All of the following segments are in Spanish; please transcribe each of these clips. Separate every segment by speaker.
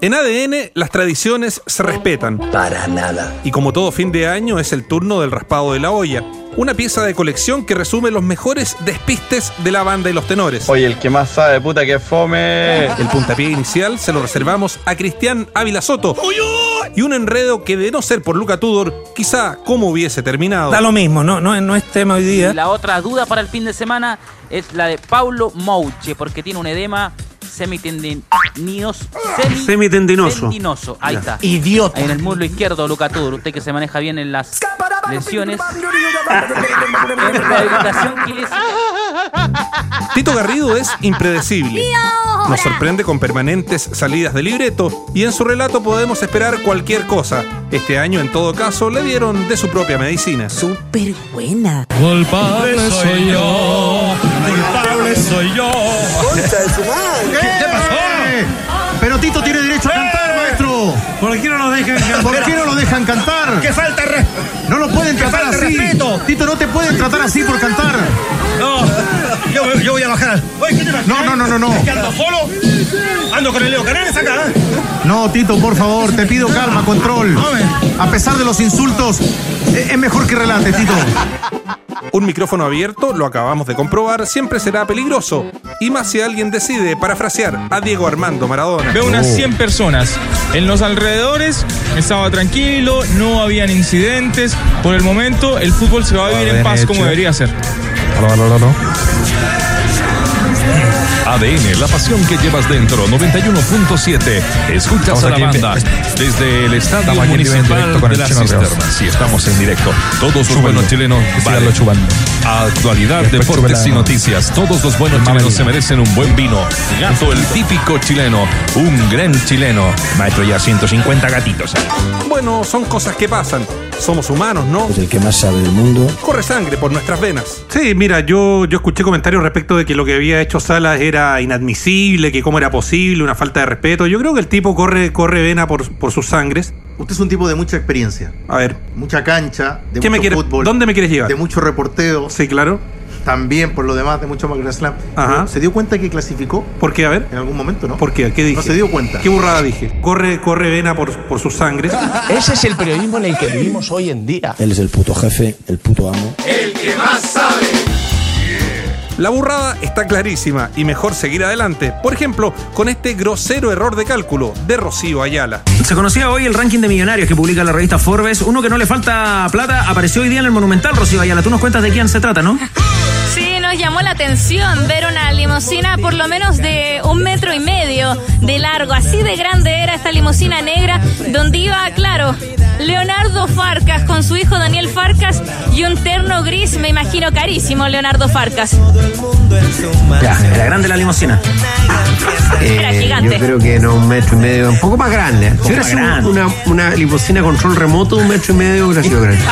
Speaker 1: En ADN las tradiciones se respetan.
Speaker 2: Para nada.
Speaker 1: Y como todo fin de año es el turno del raspado de la olla, una pieza de colección que resume los mejores despistes de la banda y los tenores.
Speaker 3: Oye, el que más sabe, puta, que fome.
Speaker 1: El puntapié inicial se lo reservamos a Cristian Ávila Soto. Y un enredo que de no ser por Luca Tudor, quizá cómo hubiese terminado.
Speaker 4: Da lo mismo, no, no, no es tema hoy día.
Speaker 5: La otra duda para el fin de semana es la de Paulo Mouche, porque tiene un edema semitendinoso. semi-
Speaker 4: Semitendinoso.
Speaker 5: tendinoso. Ahí está.
Speaker 2: Idiota.
Speaker 5: Ahí en el muslo izquierdo, Luca Tudor, usted que se maneja bien en las lesiones. En rehabilitación kinésica.
Speaker 1: Tito Garrido es impredecible. Nos sorprende con permanentes salidas de libreto y en su relato podemos esperar cualquier cosa. Este año, en todo caso, le dieron de su propia medicina.
Speaker 6: Súper buena.
Speaker 7: Culpable soy yo, culpable soy yo. ¡Eh!
Speaker 2: Pero Tito tiene derecho a cantar, maestro.
Speaker 4: ¿Por qué no nos dejan
Speaker 2: ¿Por
Speaker 4: cantar?
Speaker 2: qué no lo dejan cantar?
Speaker 7: ¡Que falta re-
Speaker 2: No lo pueden tratar
Speaker 7: falta
Speaker 2: así.
Speaker 7: respeto.
Speaker 2: Tito, no te pueden tratar así por cantar.
Speaker 7: No, yo, yo voy a bajar. Oye, ¿qué te pasa?
Speaker 2: No, no, no, no, no.
Speaker 7: ¿Es que ando solo? Ando con el Leo Canales acá. ¿eh?
Speaker 2: No, Tito, por favor, te pido calma, control. A pesar de los insultos, e- es mejor que relate, Tito.
Speaker 1: Un micrófono abierto, lo acabamos de comprobar, siempre será peligroso. Y más si alguien decide parafrasear a Diego Armando Maradona.
Speaker 8: Veo unas 100 personas. En los alrededores estaba tranquilo, no habían incidentes. Por el momento, el fútbol se va a vivir en paz como debería ser.
Speaker 9: ADN, la pasión que llevas dentro, 91.7. Escuchas a la banda desde el estadio municipal de las cisternas. Si estamos en directo, todos los buenos chilenos valen. Actualidad, deportes y noticias. Todos los buenos chilenos se merecen un buen vino. Gato, el típico chileno, un gran chileno. Maestro, ya 150 gatitos.
Speaker 1: Bueno, son cosas que pasan. Somos humanos, ¿no?
Speaker 10: el que más sabe del mundo.
Speaker 1: Corre sangre por nuestras venas.
Speaker 4: Sí, mira, yo, yo escuché comentarios respecto de que lo que había hecho Salas era inadmisible, que cómo era posible, una falta de respeto. Yo creo que el tipo corre, corre vena por, por sus sangres.
Speaker 11: Usted es un tipo de mucha experiencia,
Speaker 4: A ver,
Speaker 11: mucha cancha, de
Speaker 4: ¿qué
Speaker 11: mucho
Speaker 4: me quieres,
Speaker 11: fútbol,
Speaker 4: ¿dónde me quieres llevar?
Speaker 11: de mucho reporteo,
Speaker 4: Sí, claro.
Speaker 11: también por lo demás de mucho más Grand Slam.
Speaker 4: Ajá.
Speaker 11: Pero ¿Se dio cuenta que clasificó
Speaker 4: ¿Por qué? A ver.
Speaker 11: en algún momento, no?
Speaker 4: ¿Por qué? ¿Qué dije?
Speaker 11: No se dio cuenta.
Speaker 4: ¿Qué burrada dije? Corre, corre vena por, por sus sangres.
Speaker 10: Ese es el periodismo en el que vivimos hoy en día. Él es el puto jefe, el puto amo.
Speaker 1: La burrada está clarísima y mejor seguir adelante. Por ejemplo, con este grosero error de cálculo de Rocío Ayala.
Speaker 8: Se conocía hoy el ranking de millonarios que publica la revista Forbes. Uno que no le falta plata apareció hoy día en el Monumental, Rocío Ayala. Tú nos cuentas de quién se trata, ¿no?
Speaker 6: Sí, nos llamó la atención ver una limusina por lo menos de un metro y medio de largo. Así de grande era esta limusina negra donde iba, claro, Leonardo Farcas con su hijo Daniel Farcas y un terno gris, me imagino carísimo, Leonardo Farcas.
Speaker 8: Ya, era grande la limusina.
Speaker 6: Era gigante.
Speaker 10: Eh, Yo creo que no, un metro y medio, un poco más grande. ¿eh? Si hubiera sido
Speaker 8: grande.
Speaker 10: una, una limusina control remoto, un metro y medio hubiera sido grande.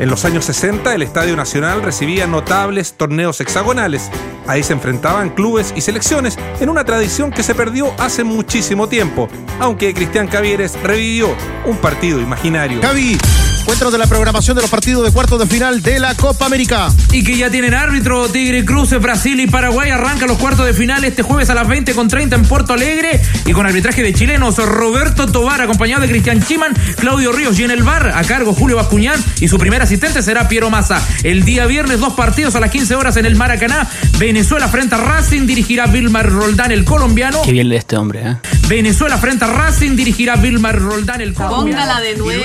Speaker 1: En los años 60, el Estadio Nacional recibía notables torneos hexagonales. Ahí se enfrentaban clubes y selecciones en una tradición que se perdió hace muchísimo tiempo, aunque Cristian Cavieres revivió un partido imaginario.
Speaker 2: Javi, cuéntanos de la programación de los partidos de cuartos de final de la Copa América.
Speaker 8: Y que ya tienen árbitro Tigre Cruces, Brasil y Paraguay. Arranca los cuartos de final este jueves a las 20 con 30 en Porto Alegre. Y con arbitraje de chilenos Roberto Tobar, acompañado de Cristian Chiman, Claudio Ríos. Y en el bar, a cargo Julio Bascuñán. Y su primer asistente será Piero Massa. El día viernes, dos partidos a las 15 horas en el Maracaná. Venezuela frente a Racing. Dirigirá Vilmar Roldán, el colombiano.
Speaker 5: Qué bien este hombre, ¿eh?
Speaker 8: Venezuela frente a Racing. Dirigirá Vilmar Roldán, el colombiano.
Speaker 6: Póngala de nuevo,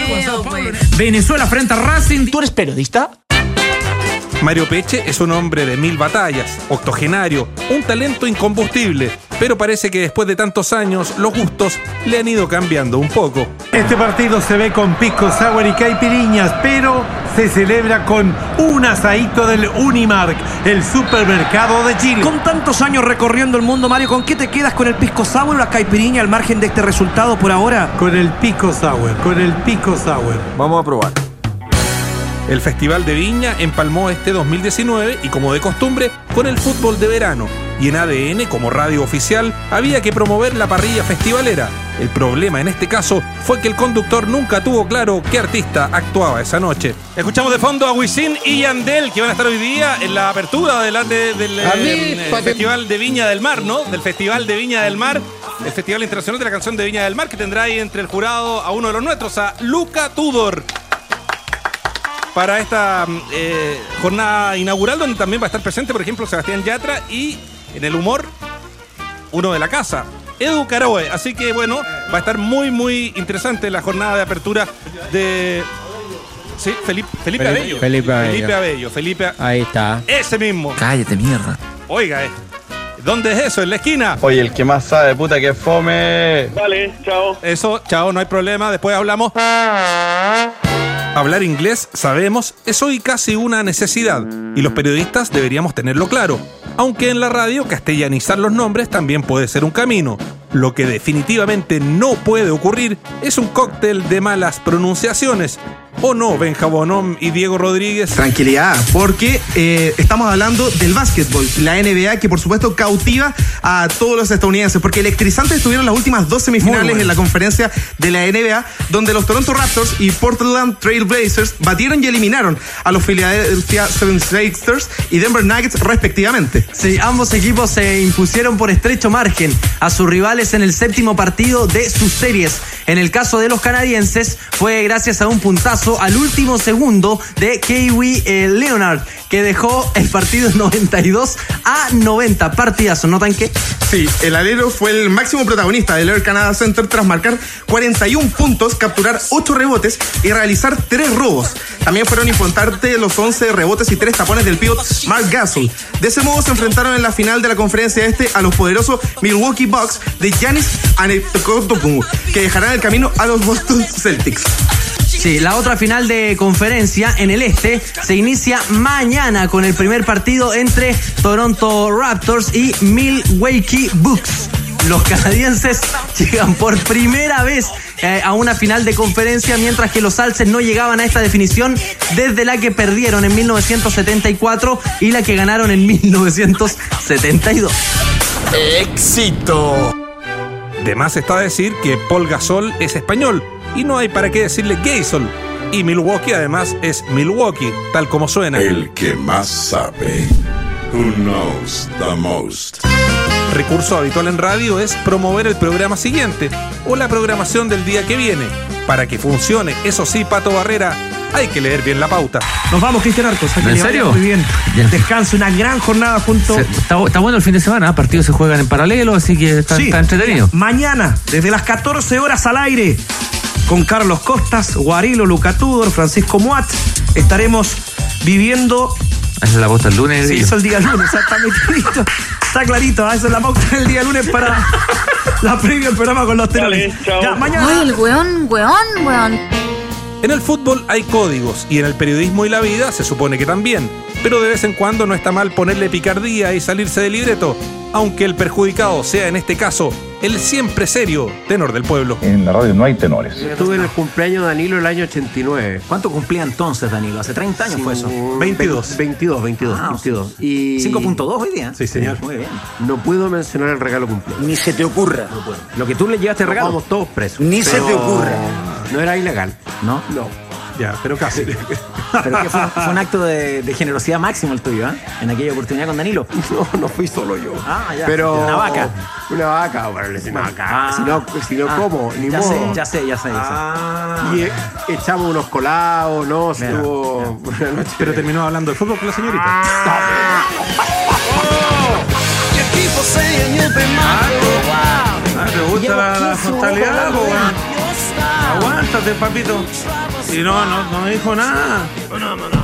Speaker 6: pues.
Speaker 8: Venezuela frente a Racing.
Speaker 10: ¿Tú eres periodista?
Speaker 1: Mario Peche es un hombre de mil batallas, octogenario, un talento incombustible, pero parece que después de tantos años los gustos le han ido cambiando un poco.
Speaker 4: Este partido se ve con pisco sour y caipiriñas, pero se celebra con un asadito del Unimark, el supermercado de Chile.
Speaker 8: Con tantos años recorriendo el mundo, Mario, ¿con qué te quedas con el pisco sour o la caipiriña al margen de este resultado por ahora?
Speaker 4: Con el pisco sour, con el pisco sour.
Speaker 1: Vamos a probar. El Festival de Viña empalmó este 2019 y como de costumbre con el fútbol de verano. Y en ADN, como radio oficial, había que promover la parrilla festivalera. El problema en este caso fue que el conductor nunca tuvo claro qué artista actuaba esa noche.
Speaker 12: Escuchamos de fondo a Wisin y Yandel, que van a estar hoy día en la apertura del, del, del,
Speaker 13: A mí,
Speaker 12: eh,
Speaker 13: pa' que-
Speaker 12: Festival de Viña del Mar, ¿no? Del Festival de Viña del Mar, el Festival Internacional de la Canción de Viña del Mar, que tendrá ahí entre el jurado a uno de los nuestros, a Luca Tudor. Para esta mm, eh, jornada inaugural, donde también va a estar presente, por ejemplo, Sebastián Yatra y en el humor, uno de la casa, Edu Caroe. Así que bueno, va a estar muy, muy interesante la jornada de apertura de. Sí, Felipe, Felipe,
Speaker 14: Felipe-
Speaker 12: Abello.
Speaker 14: Felipe Abello.
Speaker 12: Felipe Abello. Felipe A-
Speaker 14: Ahí está.
Speaker 12: Ese mismo.
Speaker 14: Cállate, mierda.
Speaker 12: Oiga, eh. ¿Dónde es eso? ¿En la esquina?
Speaker 3: Oye, el que más sabe, puta que fome.
Speaker 12: Vale, chao. Eso, chao, no hay problema. Después hablamos.
Speaker 1: Hablar inglés, sabemos, es hoy casi una necesidad y los periodistas deberíamos tenerlo claro, aunque en la radio castellanizar los nombres también puede ser un camino. Lo que definitivamente no puede ocurrir es un cóctel de malas pronunciaciones. ¿O no, Benja Bonhom y Diego Rodríguez?
Speaker 13: Tranquilidad, porque eh, estamos hablando del básquetbol, la NBA que por supuesto cautiva a todos los estadounidenses, porque electrizantes estuvieron las últimas dos semifinales en la conferencia de la NBA, donde los Toronto Raptors y Portland Trail Blazers batieron y eliminaron a los Philadelphia 76ers y Denver Nuggets respectivamente.
Speaker 8: Sí, ambos equipos se impusieron por estrecho margen a sus rivales en el séptimo partido de sus series. En el caso de los canadienses, fue gracias a un puntazo al último segundo de Kiwi eh, Leonard, que dejó el partido 92 a 90. Partidazo, ¿notan qué?
Speaker 13: Sí, el alero fue el máximo protagonista del Air Canada Center tras marcar 41 puntos, capturar 8 rebotes y realizar 3 robos. También fueron importantes los 11 rebotes y 3 tapones del pivot Mark Gasol. De ese modo se enfrentaron en la final de la conferencia este a los poderosos Milwaukee Bucks de Giannis Antetokounmpo, que dejarán el camino a los Boston Celtics.
Speaker 8: Sí, la otra final de conferencia en el este se inicia mañana con el primer partido entre Toronto Raptors y Milwaukee Bucks. Los canadienses llegan por primera vez eh, a una final de conferencia, mientras que los alces no llegaban a esta definición desde la que perdieron en 1974 y la que ganaron en 1972.
Speaker 1: ¡Éxito! De más está decir que Paul Gasol es español y no hay para qué decirle Gasol. Y Milwaukee además es Milwaukee, tal como suena.
Speaker 15: El que más sabe. Who knows the most?
Speaker 1: Recurso habitual en radio es promover el programa siguiente o la programación del día que viene. Para que funcione, eso sí, Pato Barrera, hay que leer bien la pauta.
Speaker 16: Nos vamos, Cristian Arcos. a que
Speaker 1: ¿En
Speaker 16: le vaya
Speaker 1: serio?
Speaker 16: Muy bien. Descanso, una gran jornada junto.
Speaker 17: Se- está, bu- está bueno el fin de semana, ¿ah? partidos se juegan en paralelo, así que está,
Speaker 16: Sí.
Speaker 17: está entretenido.
Speaker 16: Mañana, desde las 14 horas al aire, con Carlos Costas, Guarilo, Luca Tudor, Francisco Muat, estaremos viviendo.
Speaker 17: Es la posta el lunes.
Speaker 16: Se
Speaker 17: digo.
Speaker 16: hizo el día lunes, o sea, está metido. Está clarito, ¿ah? esa es la pauta del día lunes para la previa del programa con los telones. Ya, mañana.
Speaker 6: Ay, el weón, weón, weón.
Speaker 1: En el fútbol hay códigos y en el periodismo y la vida se supone que también, pero de vez en cuando no está mal ponerle picardía y salirse del libreto, aunque el perjudicado sea en este caso el siempre serio tenor del pueblo.
Speaker 18: En la radio no hay tenores.
Speaker 10: Estuve en el cumpleaños de Danilo el año 89.
Speaker 5: ¿Cuánto cumplía entonces, Danilo? ¿Hace 30 años fue eso?
Speaker 10: 22. 22, 22,
Speaker 5: Ah,
Speaker 10: 22. Y
Speaker 5: 5.2 hoy día.
Speaker 10: Sí, señor.
Speaker 5: Muy bien.
Speaker 10: No puedo mencionar el regalo cumpleaños. Ni se te ocurra.
Speaker 5: Lo que tú le llevaste
Speaker 10: Nos
Speaker 5: regalo.
Speaker 10: vamos todos presos.
Speaker 5: Ni se te ocurra.
Speaker 10: No era ilegal.
Speaker 5: ¿No?
Speaker 10: No.
Speaker 12: Ya, pero casi.
Speaker 5: Pero que fue, fue un acto de, de generosidad máximo el tuyo, ¿eh? En aquella oportunidad con Danilo.
Speaker 10: No, no fui solo yo.
Speaker 5: Ah, ya.
Speaker 10: Pero.
Speaker 5: Una vaca.
Speaker 10: Una vaca, bueno, si no, si no, si no
Speaker 5: Ah,
Speaker 10: como, ni
Speaker 5: ya
Speaker 10: modo.
Speaker 5: sé, ya sé, ya sé, ya sé.
Speaker 10: Y eh, echamos unos colados, no, estuvo una noche.
Speaker 12: Pero terminó hablando de fútbol con la señorita.
Speaker 10: Ah,
Speaker 12: Ah, ¿te gusta la, la frontalidad, po, weón? Aguántate, papito. Y no, no, no me dijo nada.